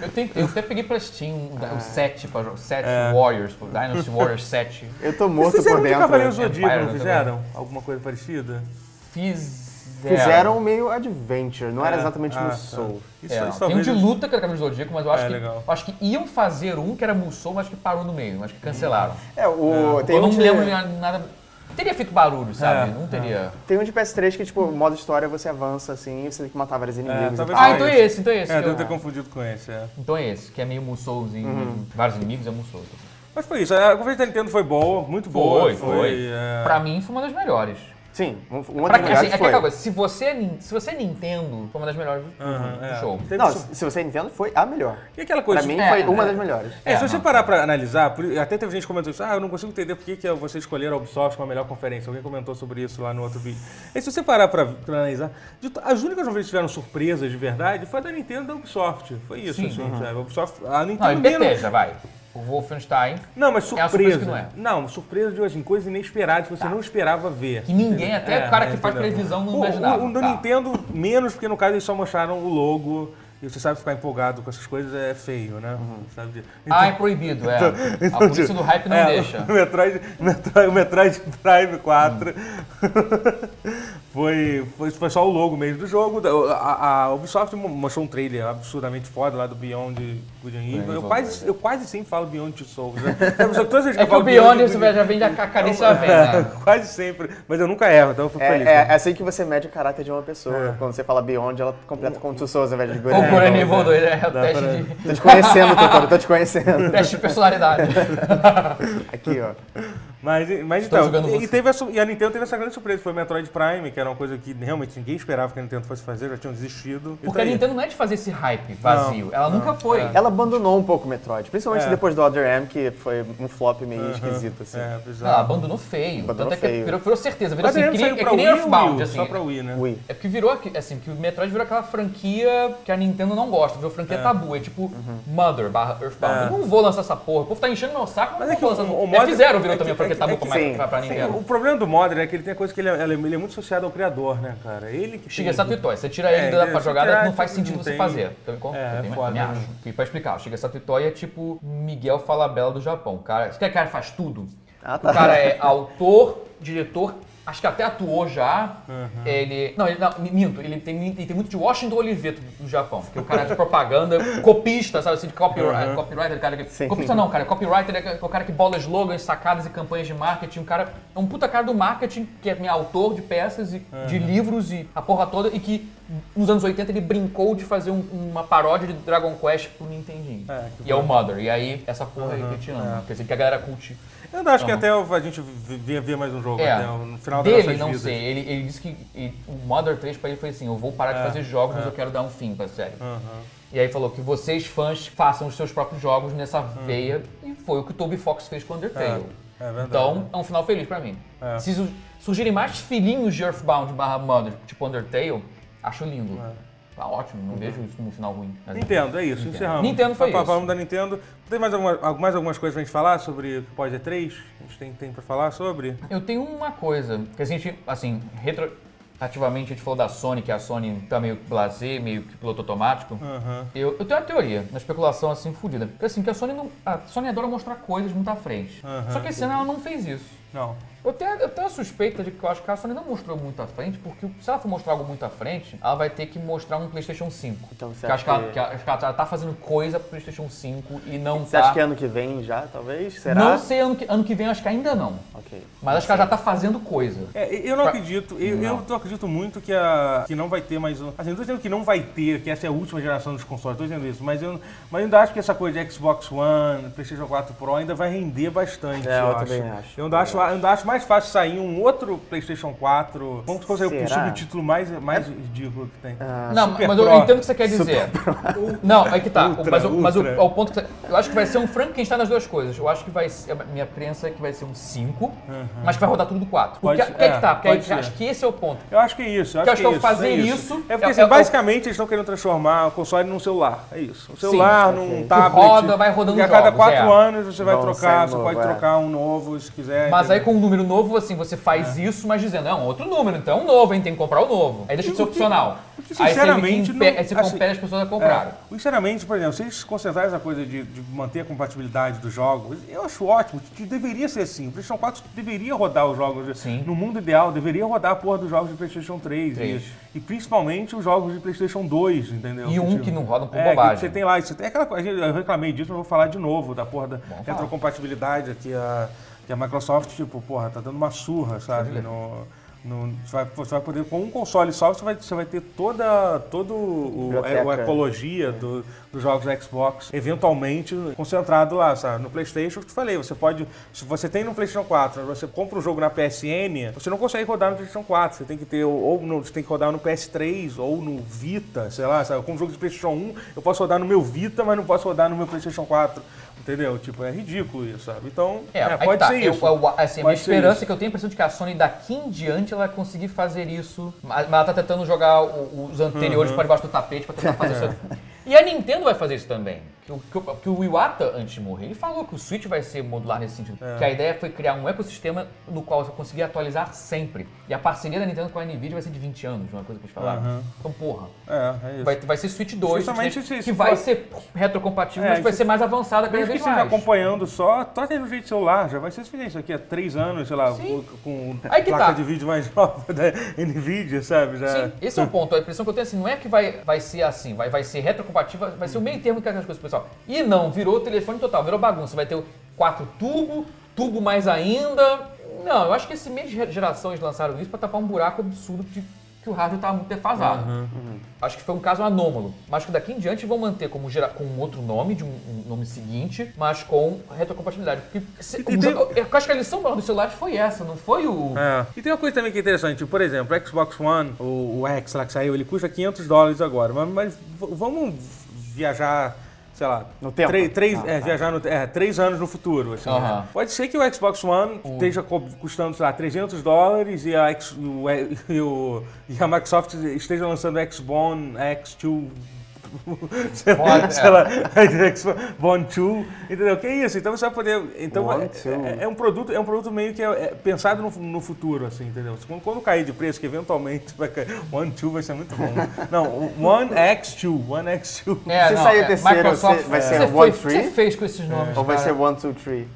Eu, tenho- eu até peguei pra Steam um- o 7 pra jogar. 7 É. Warriors, pô, Dynasty Warriors 7. Eu tô morto Vocês por fizeram de Cavaleiro dentro. Zodíaco, Empire, não né, fizeram? Alguma coisa parecida? Fizeram. Fizeram meio adventure, não era É. exatamente Ah, no tá. Soul. Isso, É, isso tem um talvez. de luta que era Cavaleiro do Zodíaco, mas eu acho, É, que, legal. eu acho que iam fazer um que era Musou, mas acho que parou no meio. Acho que cancelaram. É, o, Tem, eu um não de, me lembro de nada. Teria feito barulho, sabe? É, não teria. tem um de PS3 que, tipo, o modo história você avança assim e você tem que matar vários inimigos. e talvez- tal. Ah, então é esse, então é esse. É, que eu- devo ter confundido com esse, é. Então é esse, que é meio Musouzinho. Uhum. Vários inimigos é Musou. Mas foi isso, a conferência da Nintendo foi boa, muito boa. Foi, foi. é. Pra mim foi uma das melhores. Sim, um, um outro Pra quem, assim, lugar é foi. aquela coisa, se você, é Nin- se você é Nintendo, foi uma das melhores do- do é. show. Teve Não, su- se se você entende, foi a melhor. E aquela coisa. Pra mim, É, foi né? uma das melhores. É, É, se você não. parar pra analisar, por- até teve gente que comentou isso, ah, eu não consigo entender por que, que você escolher a Ubisoft como a melhor conferência. Alguém comentou sobre isso lá no outro vídeo. E se você parar pra, pra analisar, de to- as únicas vezes que tiveram surpresas de verdade foi a da Nintendo e da Ubisoft. Foi isso, Sim, assim, sabe? A Ubisoft, a Não, e Nintendo... menos- Bethesda, vai. O Wolfenstein, Não, mas É a surpresa. surpresa que não é. Tá. Não, surpresa de hoje em coisas inesperadas que você não esperava ver. que ninguém, até É, o cara é, que faz entendeu? previsão não O, imaginava. o, o da tá. Nintendo, menos, porque no caso eles só mostraram o logo E você sabe que ficar empolgado com essas coisas é feio, né? Sabe disso. Ah, é proibido, é. A polícia do hype não então. É, Então deixa. [laughs] O Metroid, Metroid, o Metroid Prime 4 [laughs] foi, foi, foi só o logo mesmo do jogo. Da- A, a Ubisoft mo- mostrou um trailer absurdamente foda lá do Beyond Good É, and Evil. Eu quase, eu quase sempre falo Beyond Two Souls. Né? É porque todas as vezes [laughs] É eu que o falo Beyond Good and você já vende a carência Então, já vem, é. né? Quase sempre, mas eu nunca erro, então eu fico É, feliz. é, né? é assim que você mede o caráter de uma pessoa. É. Quando você fala Beyond, ela completa com Two Souls ao invés de Good Ou and Coreia Evil. Nível 2, é o teste então, pra- de, Tô te conhecendo, Totoro, tô [laughs] te conhecendo. teste [laughs] de personalidade. Aqui, ó. Mas, mas Estão então, jogando e, você. e teve a, su- e a Nintendo teve essa grande surpresa, foi o Metroid Prime, que era uma coisa que realmente ninguém esperava que a Nintendo fosse fazer, já tinham desistido. E tá Porque a aí. Nintendo não é de fazer esse hype vazio. ela nunca foi. Ela abandonou um pouco o Metroid, principalmente É. depois do Other M, que foi um flop meio esquisito, assim. É, Ela bizarro. Ah, abandonou feio. Abandonou Tanto é que feio. virou, virou certeza. Virou Mas assim, ele que saiu nem, é pra que nem Wii, ou Wii Earthbound, U? assim. Só pra Wii, né? Ui. É porque virou, aqui- assim, que o Metroid virou aquela franquia que a Nintendo não gosta, virou franquia tabu, é tipo Mother barra Earthbound. Uhum. É. Eu não vou lançar essa porra, o povo tá enchendo meu saco, Mas mas não é que vou o- lançar. o O, Mother- F-Zero é virou que- também a é que- franquia tabu é que- pra, sim, pra, pra sim. Nintendo. O problema do Modder é que ele tem a coisa que ele é, ela é- ele é muito associado ao criador, né, cara? Ele que Chega tem- essa Toy, você tira É, ele da se pra jogada, tirar, não faz tipo, não sentido você tem- fazer. Eu me conto, É, eu também- foda, eu me né? acho. E pra explicar, o Chega essa Toy é tipo Miguel Falabella do Japão. O Cara, você quer que o cara faz tudo? Ah, tá. O cara é autor, diretor, acho que até atuou já. Uhum. Ele. Não, ele não, minto, ele tem, ele tem muito de Washington Oliveto do Japão. Porque o cara é de propaganda, copista, sabe assim, de copyright. Uhum. Copywriter, cara que. Sim. Copista não, cara. Copywriter é o cara que bola slogans, sacadas e campanhas de marketing. Um cara. É um puta cara do marketing, que é autor de peças, e, de livros e a porra toda, e que nos anos 80 ele brincou de fazer um- uma paródia de Dragon Quest pro Nintendinho. É, e é o Mother. E aí, essa porra aí que eu te amo. Quer dizer, que a galera curte. Eu ainda acho que Não. até o- a gente vinha ver mais um jogo É. até o- no final das dele, nossas não vidas. sei. Ele, ele disse que ele- o Mother 3 pra ele foi assim: eu vou parar de É, fazer jogos, mas eu quero dar um fim pra série. E aí falou que vocês, fãs, façam os seus próprios jogos nessa veia. E foi o que o Toby Fox fez com Undertale. Uhum. É verdade. É. Então, é um final feliz pra mim. Se su- surgirem mais filhinhos de Earthbound barra Mother, tipo Undertale, acho lindo. É. Tá ótimo, não vejo isso como um final ruim. Mas- Nintendo, é isso, encerramos. Nintendo foi Fa- fa- isso. Falamos da Nintendo. Tem mais, alguma, al- mais algumas coisas pra gente falar sobre o que pode é 3? A gente tem, tem pra falar sobre? Eu tenho uma coisa, que a gente, assim, retroativamente a gente falou da Sony, que a Sony tá meio blasé, meio que piloto automático. Eu, eu tenho uma teoria, uma especulação assim, fodida. Porque assim, que a Sony não. A Sony adora mostrar coisas muito à frente. Só que esse ano ela não fez isso. Não. Eu tenho, eu tenho a suspeita de que eu acho que a Sony não mostrou muito à frente, porque se ela for mostrar algo muito à frente, ela vai ter que mostrar um PlayStation 5. Então, você Porque eu acho que acha ela, que- que ela- acho que ela tá- ela tá fazendo coisa pro PlayStation 5 e não Você tá. acha que é ano que vem já, talvez? Será? Não sei, ano que, ano que vem eu acho que ainda não. Ok. Mas acho que ela já tá fazendo coisa. É, e- eu não acredito, eu, eu Não. não acredito muito que, a, que não vai ter mais um. Assim, não tô dizendo que não vai ter, que essa é a última geração dos consoles, tô dizendo isso, mas eu, mas eu ainda acho que essa coisa de Xbox One, PlayStation 4 Pro ainda vai render bastante. É, eu acho. também acho. Eu ainda acho, eu ainda acho mais fácil sair um outro PlayStation 4. Vamos conseguir o Será? É. Ah, subtítulo mais, mais ridículo que tem. Não, Super mas eu Pro. entendo o que você quer dizer. [laughs] Não, é que tá. O- mas o- mas o- ultra. ao ponto que você, Eu acho que vai ser um Frankenstein nas duas coisas. Eu acho que vai ser. A minha prensa é que vai ser um 5, mas que vai rodar tudo 4. Porque Pode- o que é é, que tá? Porque aí- pode ser. acho que esse é o ponto. Eu acho que é isso. Eu Que acho, acho que eu é isso, fazer é isso- É porque, é- assim, é- é o- basicamente, eles estão querendo transformar o console num celular. É isso. Um celular, num tablet. roda, vai rodando E a cada jogos, quatro é. anos você vai Vão trocar, saindo você novo, pode é. trocar um novo se quiser. Mas aí entendeu? com um número novo, assim, você faz isso, mas dizendo, é um outro número, então é um novo, hein? Tem que comprar o novo. Aí deixa de ser O que- opcional. o que, aí você, sinceramente, meio que impe- não- aí você assim, compele as pessoas a comprarem. É, sinceramente, por exemplo, se eles consertarem essa coisa de, de manter a compatibilidade dos jogos, eu acho ótimo. De- Deveria ser assim. O PlayStation 4 deveria rodar os jogos. Sim. No mundo ideal, deveria rodar a porra dos jogos de PlayStation 3. Três. E, e principalmente os jogos de PlayStation 2, entendeu? E um Tipo, que não roda por é, bobagem. que Você tem lá, você tem aquela coisa. Eu reclamei disso, mas vou falar de novo da porra da retrocompatibilidade aqui. A, que a Microsoft, tipo, porra, tá dando uma surra, sabe? No, no- você, vai, você vai poder, com um console só, você vai, você vai ter toda, todo o, Biblioteca. o ecologia do- dos jogos da Xbox, eventualmente concentrado lá, sabe? No PlayStation, que eu te falei, você pode. Se você tem no PlayStation 4, mas você compra um jogo na PSN, você não consegue rodar no PlayStation 4. Você tem que ter, ou- ou no, você tem que rodar no PS3, ou no Vita, sei lá, sabe? Com um jogo de PlayStation 1, eu posso rodar no meu Vita, mas não posso rodar no meu PlayStation 4. Entendeu? Tipo, é ridículo isso, sabe? Então, É, é, aí que pode tá. ser Eu- isso. eu- assim, a minha Pode ser esperança isso. é que eu tenho a impressão de que a Sony daqui em diante ela vai conseguir fazer isso. Mas mas ela tá Uhum. [laughs] tentando jogar o- os anteriores para debaixo do tapete para tentar fazer isso. E a Nintendo vai fazer isso também. Que o, que o- que o Iwata, antes de morrer, ele falou que o Switch vai ser modular nesse sentido. É. Que a ideia foi criar um ecossistema no qual você conseguir atualizar sempre. E a parceria da Nintendo com a Nvidia vai ser de 20 anos, uma coisa que eles falaram. Então, porra, É, é isso. vai, vai ser Switch 2, Uhum. Justamente Switch, isso, que isso vai foi- ser retrocompatível, É, mas vai isso- ser mais avançada cada Mesmo que é vez esteja mais. acompanhando só, só tem um jeito de celular, já vai ser suficiente daqui a três anos, sei lá, Sim. com Aí que placa tá. de vídeo mais [laughs] nova da NVIDIA, sabe? Já... Sim, esse é o ponto. A impressão que eu tenho assim, não é que vai, vai ser assim, vai, vai ser retrocompatível, vai ser o meio termo que aquelas coisas, pessoal. E não, virou telefone total, virou bagunça. Vai ter o 4 turbo, turbo mais ainda. Não, eu acho que esse mês de geração eles lançaram isso pra tapar um buraco absurdo de que o rádio tá muito defasado. Acho que foi um caso anômalo. Mas que daqui em diante vão manter como gera, com um outro nome, de um, um nome seguinte, mas com retrocompatibilidade. Porque se- E- e tem- eu, eu acho que a lição maior dos celulares foi essa, não foi o. É. E tem uma coisa também que é interessante, por exemplo, o Xbox One, o, o X lá que saiu, ele custa 500 dólares agora, mas, mas v- vamos viajar, sei lá, No tempo? três- três- Ah, é, tá. viajar no, é, três anos no futuro. assim, Aham. né? Pode ser que o Xbox One esteja co- custando, sei lá, 300 dólares e a, X- o- é, [laughs] e o- e a Microsoft esteja lançando o Xbox X2 [laughs] sei lá, Pode, sei é. lá, [laughs] Xbox One 2, entendeu? Que é isso? Então você vai poder. Então One é- Two. é- é um produto, é um produto meio que é, é pensado no, no futuro, assim, entendeu? Quando, quando cair de preço, que eventualmente vai cair, One Two vai ser muito bom. Não, o One X Two, One X Two. É, Se sair o é, terceiro, Microsoft, é. você- vai ser você one fez- free? Você fez com esses nomes, Ou vai cara. ser one, two, three?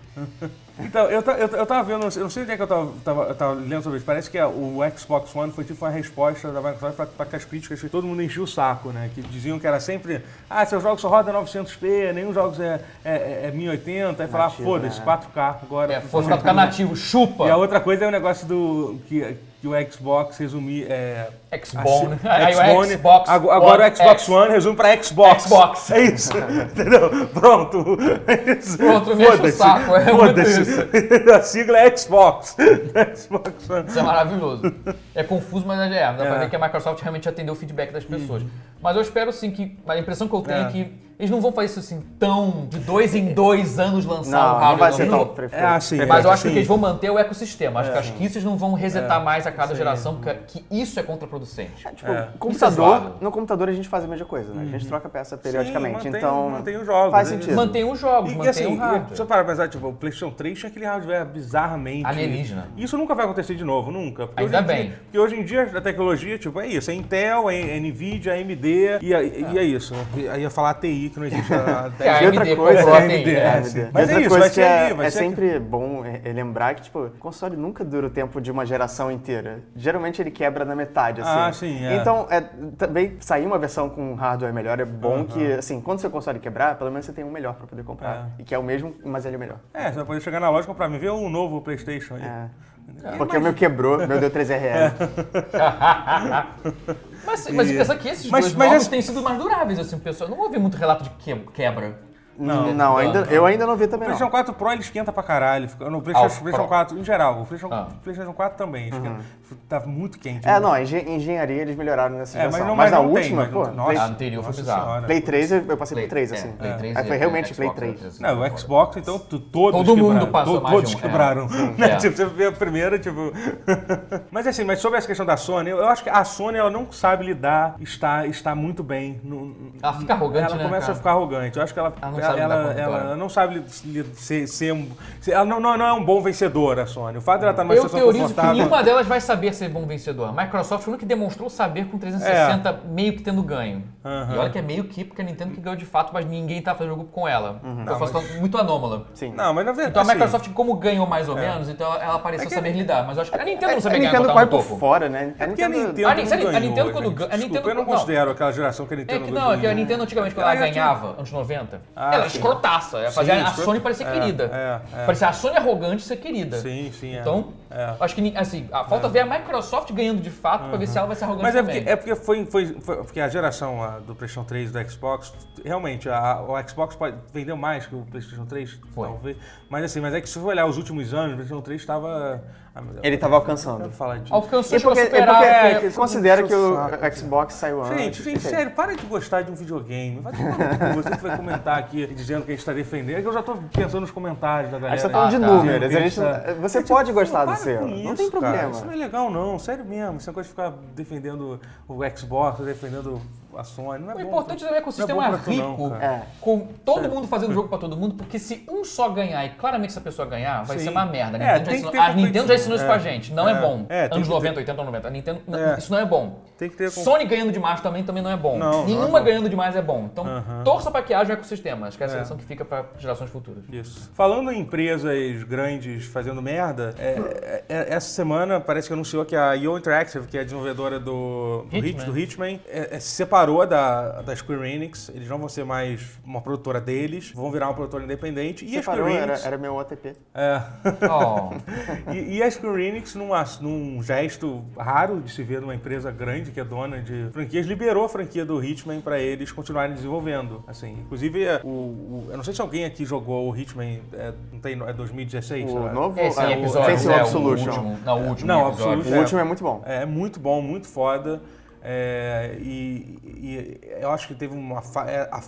Então, eu, ta- eu, ta- eu tava vendo, eu não sei onde é que eu tava, tava- eu tava lendo sobre isso, parece que a- o Xbox One foi tipo uma resposta da Microsoft pra, pra que as críticas que todo mundo enchia o saco, né? Que diziam que era sempre, ah, seus jogos só rodam 900p, nenhum jogos é, é, é, é 1080, aí falava, Nativo, foda-se, né? 4K agora. É, foi ficar nativo, chupa. E a outra coisa é o negócio do que, que o Xbox resumir. É, Xbone. assim, né? [laughs] Aí o Xbone. Xbox Ago- Agora One o Xbox X. One resume pra Xbox. Xbox. É isso. [laughs] Entendeu? Pronto. É isso. Pronto, mexe o Foda-se. saco, é muito Foda-se. [laughs] A sigla é Xbox. [laughs] Xbox One. Isso é maravilhoso. É confuso, mas é. Dá pra É. ver que a Microsoft realmente atendeu o feedback das pessoas. Mas eu espero sim que. A impressão que eu tenho é, É. que eles não vão fazer isso assim tão de dois em dois anos lançar o Não, hardware não vai novo. ser tão É. É assim. Mas eu é acho que assim. eles vão manter o ecossistema. Acho que as kits não vão resetar mais a cada geração, porque que isso é contraproducente. Tipo, Isso é computador, zoado. Uhum. no computador a gente faz a mesma coisa, né? A gente troca peça periodicamente. mantém- então, mantém os jogos, faz né? sentido. Mantém os jogos, E, e mantém assim, o hardware. e, só para pensar, tipo, o PlayStation 3 tinha aquele hardware bizarramente. Alienígena. Isso nunca vai acontecer de novo, nunca. Porque Ainda hoje em bem. Dia, porque hoje em dia a tecnologia, tipo, é isso: é Intel, é Nvidia, é AMD, e é, e é isso. Aí ia falar TI, que não existe [laughs] a Ah. Que é a E outra AMD coisa- comprou a AMD, TI, É, né? sim. e Mas outra é isso, coisa vai que ser é, ali, vai é ser sempre bom é- é lembrar que, tipo, console nunca dura o tempo de uma geração inteira. Geralmente ele quebra na metade, assim. Ah, sim, é. Então, é, também sair uma versão com um hardware melhor é bom que, assim, quando seu console quebrar, pelo menos você tem um melhor pra poder comprar. E que é o mesmo, mas ele é melhor. É, você vai poder chegar na loja e comprar, me vê um novo PlayStation aí. É. Porque o meu quebrou, meu deu [laughs] 3 RL. É. Mas, mas pensa que esses Mas- dois mas novos esse- têm sido mais duráveis, assim, pessoal. Não houve muito relato de que- quebra. Tipo Não, ainda, eu ainda não vi O também, PlayStation não. 4 Pro ele esquenta pra caralho. Fica- No Ah, o PlayStation, Pro. PlayStation 4, em geral, o PlayStation, Ah. PlayStation 4 também esquenta. Tá muito quente. Uhum. É, não, a engen- engenharia eles melhoraram nessa É, mas geração. não- mas, mas a não tem, última, mas não pô, tem. Play, A anterior foi Nossa bizarro. senhora. Play 3 eu eu passei por 3, é, assim. Play 3 Aí foi e- realmente Xbox, Play né, 3. Não, o Xbox, então, tu- todos Todo mundo quebraram. passou mais Todos de um, é. quebraram. [laughs] né? É. Tipo, você vê a primeira, tipo... [laughs] mas assim, mas sobre essa questão da Sony, eu eu acho que a Sony, ela não sabe lidar, está, está muito bem. no- Ela fica arrogante, Ela né, começa cara? a ficar arrogante. Eu acho que ela... Ela Ela não não sabe sabe, ela, lidar com a vitória. ela não sabe li- li- ser... ser um- ser- ela não, não, não é um bom vencedor, a Sony. O fato dela estar numa Eu situação teorizo que confortável... nenhuma delas vai saber ser bom vencedor. A Microsoft foi a única que demonstrou saber com 360 É. meio que tendo ganho. E olha que é meio que, porque a Nintendo que ganhou de fato, mas ninguém tá fazendo jogo com ela. Então foi uma situação muito anômala. Uhum. Sim. Não, mas na verdade... Então a assim, é. Microsoft, como ganhou mais ou menos, então ela- ela pareceu saber lidar. Mas É, eu acho que a Nintendo não É a sabia ganhar Nintendo botar corre no por topo. fora, né? A Porque a Nintendo- Nintendo, tá A Nintendo- não a ganhou, Nintendo quando gente. ganha- a Desculpa, Nintendo eu não quando- não. considero aquela geração que a É Nintendo que não, é que a Nintendo antigamente quando ela Ela já tinha- ganhava, anos 90, Ah, ela é sim. escrotaça. Ela fazia a escrota- Sony parecer é, querida. é, é. Parecia a Sony arrogante ser querida. Sim, sim, é. Então, É. acho que assim, a falta ver a Microsoft ganhando de fato pra ver se ela vai ser arrogante Mas é também. porque, é porque foi, foi, foi- porque a geração a, do PlayStation 3 e do Xbox, realmente, a- o Xbox pode- vendeu mais que o PlayStation 3, Foi. talvez. Mas assim, mas é que se você olhar os últimos anos, o PlayStation 3 estava. ah, meu Deus, Ele tava alcançando. eu falar disso. Alcançou É um pra porque, é superar. porque é, porque- que- considera que Deixa eu o saco. Xbox saiu antes. Gente, gente, Enfim. sério, para de gostar de um videogame. Vai tomar no cu. Você que vai comentar aqui dizendo que a gente está defendendo. É que eu já tô pensando nos comentários da A galera. gente tá falando de tá. números. a gente- Pensa- você pode gostar Para do seu. com Não isso, tem cara. problema. é Isso não é legal, não. Sério mesmo. Essa coisa de ficar defendendo o Xbox, defendendo a Sony. Não é O bom importante pra- é o ecossistema não é bom pra tu não, rico, cara. É. com todo mundo fazendo jogo pra todo mundo, porque se um só ganhar, e claramente se a pessoa ganhar, vai Sim. ser uma merda. A É, Nintendo, já, tem que ensinou, ter a competição. Nintendo já ensinou isso pra É. gente, não é, É. bom. É, tem Anos que ter- 90, 80, 90. A Nintendo, não- É. isso não é bom. Tem que ter com- Sony ganhando demais também, também não é bom. Não, não é Nenhuma bom. ganhando demais é bom. Então, torça pra que haja um ecossistema. Acho que é a seleção que fica pra gerações [laughs] futuras. Isso. Falando em empresas grandes fazendo merda, é- é- essa semana parece que anunciou que a IO Interactive, que é a desenvolvedora do do Hitman. Hit- do Hitman, é- é- se separou da, da Square Enix. Eles não vão ser mais uma produtora deles, vão virar uma produtora independente. E a Separou, Square era, Enix... era meu OTP. É. Oh. e, e a Square Enix, numa- num gesto raro de se ver numa empresa grande que é dona de franquias, liberou a franquia do Hitman pra eles continuarem desenvolvendo. Assim, inclusive, é, o, o- eu não sei se alguém aqui jogou o Hitman, é, não tem, é 2016? sei O lá. novo... Esse ah, é, o episódio, Sense é, of o Solution. último. Não, o último Não, episódio. absoluto. O último é muito bom. É muito bom, muito foda. É, e, e eu acho que teve uma. fa- é, a,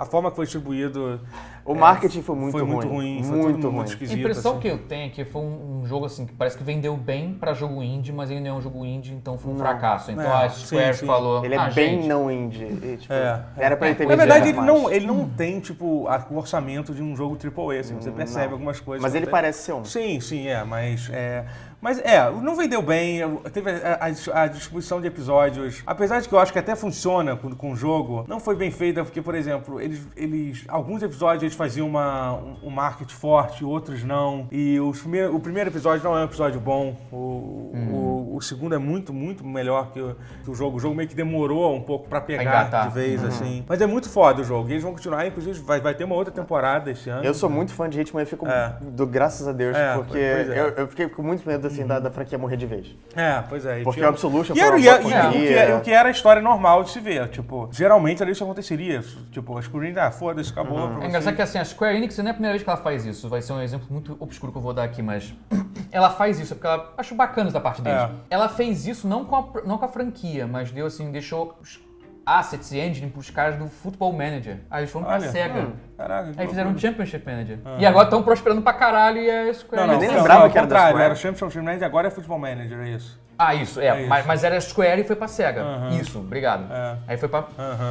a forma que foi distribuído. O é, marketing foi muito foi muito ruim, ruim. foi tudo muito muito, ruim. A esquisito. impressão assim. que eu tenho é que foi um, um jogo assim que parece que vendeu bem pra jogo indie, mas ele não é um jogo indie, então foi um fracasso. Então É, a sim, Square sim. falou. Ele é "Ah, bem gente, não indie. E, tipo, É. Era pra ele ter Na vendido verdade, ele mais. não, ele não tem, tipo, a- o orçamento de um jogo AAA, assim. Você percebe Hum, não. algumas coisas. Mas que ele não tem. parece ser um. Sim, sim, é, mas é, mas é, não vendeu bem, eu- teve é, a, a- a distribuição de episódios, apesar de que eu acho que até funciona com, com o jogo, não foi bem feita porque, por exemplo, eles, eles alguns episódios eles faziam uma, um, um marketing forte, outros não, e os prime- o primeiro episódio não é um episódio bom, o, Hum. o, o segundo é muito, muito melhor que o, que o jogo, o jogo meio que demorou um pouco pra pegar engatar. de vez, assim, mas é muito foda o jogo, e eles vão continuar, inclusive vai, vai ter uma outra temporada esse ano. Eu sou muito fã de ritmo e fico É. do graças a Deus, É, porque pois é. eu, eu fiquei com muito medo assim, da, da franquia morrer de vez. É, pois é. e Porque tinha- o Absolution e foi era, uma e, era- e porcaria. o que era- o que era a história normal de se ver. Tipo, geralmente era isso que aconteceria. Tipo, a Square Enix, ah, foda-se, acabou. Uhum. É engraçado que assim, a Square Enix não é a primeira vez que ela faz isso. Vai ser um exemplo muito obscuro que eu vou dar aqui, mas [clears throat] ela faz isso porque ela acho bacana essa parte deles. É. Ela fez isso não com, a, pr- não com a franquia, mas deu assim, deixou os assets e engine pros caras do Football Manager. Aí eles foram pra Olha, SEGA. hum, Caraca. que Aí fizeram um loucura. Championship Manager. E agora estão prosperando pra caralho e é a Square Não, não, é Eu nem não, lembrava não, que era né? ao da contrário, Square. Era Championship Manager, agora é Futebol Manager, é isso. Ah, isso, é. isso. Mas, mas era Square e foi pra SEGA. Isso, obrigado. É. Aí foi pra.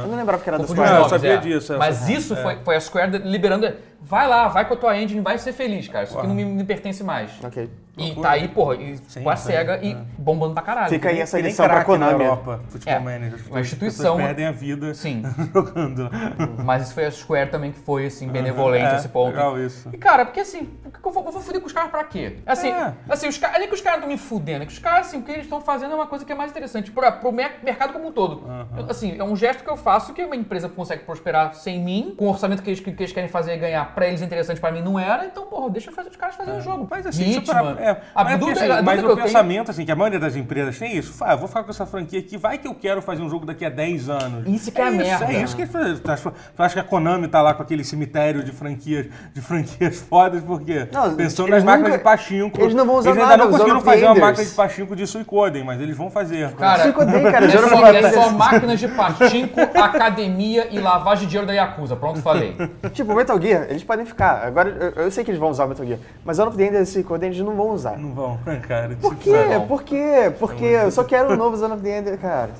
Eu não lembrava que era do confundir Square. Não, os Square. eu nomes, sabia é. disso, eu Mas sabia. É. isso foi, foi a Square liberando. Vai lá, vai com a tua engine, vai ser feliz, cara. Isso aqui não me, me pertence mais. né? Ok. E tá aí, porra, e com a sim, é. SEGA e bombando pra caralho. Fica aí Que essa nem lição pra craque na Konami. Europa, Futebol É, Manager. As uma pessoas instituição- perdem a vida [laughs] Sim, jogando. né? mas isso foi a Square também que foi, assim, benevolente É, a esse ponto. Legal isso. E, cara, porque assim, por que que eu vou, eu vou fuder com os caras pra quê? Assim, É. assim os caras, nem que os caras estão me fudendo, é que os caras, assim, o que eles estão fazendo é uma coisa que é mais interessante pra, pro mer- mercado como um todo. Eu- assim, é um gesto que eu faço que uma empresa consegue prosperar sem mim, com o orçamento que eles, que eles querem fazer e ganhar pra eles interessante pra mim não era, então, porra, deixa eu fazer os caras fazerem o jogo. Mas assim, Ritmo, isso para, é, a mas, é dúvida, porque, assim, mas a dúvida o que eu tenho... pensamento, assim, que a maioria das empresas tem isso. Fala, "Ah, vou ficar com essa franquia aqui, vai que eu quero fazer um jogo daqui a 10 anos. Isso que é a merda. É isso que eles fazem. Tu acha, tu acha que a Konami tá lá com aquele cemitério de franquias, de franquias [laughs] fodas, porque Não, pensando nas eles máquinas nunca- de pachinko. eles não vão usar Eles nada, ainda não os conseguiram Zone fazer uma Traders. máquina de pachinko de Suicoden, mas eles vão fazer. Cara, Cinco D, cara, é já era só, pra é matar. só máquinas de patinco, academia e lavagem de dinheiro da Yakuza. Pronto, falei. Tipo, Metal Gear, eles podem ficar. Agora, eu, eu sei que eles vão usar o Metal Gear, mas Zone of the Enders e Code eles não vão usar. Não vão, [laughs] cara. Por quê? Não. Por quê? Porque eu só quero o novo Zone of the Ender, cara.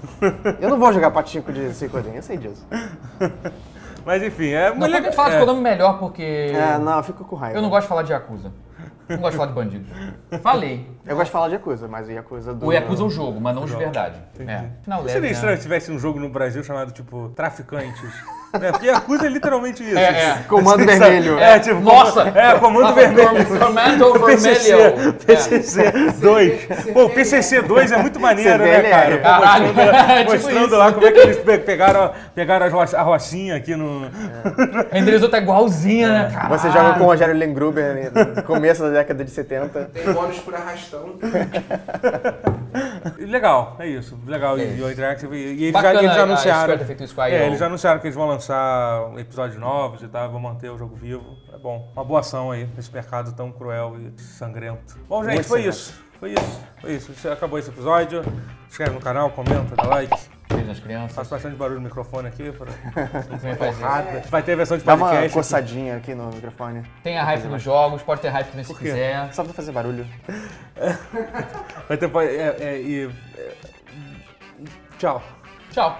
Eu não vou jogar patinco de Cicoden, eu sei disso. Mas enfim, é Não, legal- quando falar de é. Konami melhor, porque... É, não, eu fico com raiva. Eu não gosto de falar de Yakuza. Não gosto de falar de bandido. Falei. Eu gosto de falar de Yakuza, mas o Yakuza do... O Yakuza é um jogo, mas não de verdade. É. Final leve, Seria né? estranho se tivesse um jogo no Brasil chamado, tipo, Traficantes. [laughs] É, porque Yakuza é literalmente isso. É, é. [laughs] Comando Sabe? Vermelho. É, tipo, Nossa! É, Comando Nossa, Vermelho. Com- [laughs] Comando Vermelho. É. PCC 2. Pô, o PCC 2 é muito maneiro, né, cara? Pô, CVL. mostrando- Caralho. [laughs] Tipo Mostrando isso. lá como é que eles pe- pegaram, a- pegaram as ro- a rocinha aqui no... Renderizou tá igualzinha, É. né, cara? [laughs] Você joga com o Rogério Lengruber no começo da década de 70. Tem bônus por arrastão. Legal, é isso. Legal, É e o Interactive. E e eles Bacana já, eles já a- a anunciaram... Square ter feito isso com a É, IO. eles já anunciaram que eles vão lançar episódios novos e tal, vão manter o jogo vivo. É bom. Uma boa ação aí nesse mercado tão cruel e sangrento. Bom, gente, Muito foi sangrento. isso. Foi isso. Foi isso. Isso- Acabou esse episódio. Se inscreve no canal, comenta, dá like. Beijo nas crianças. Faço bastante barulho no microfone aqui. [laughs] Pra... Também faz isso. Nada. Vai ter a versão de Dá uma podcast. coçadinha aqui no microfone. Tem a hype nos jogos, pode ter hype também se quiser. Só pra fazer barulho. Vai ter... po- É, é, e- é, Tchau. Tchau.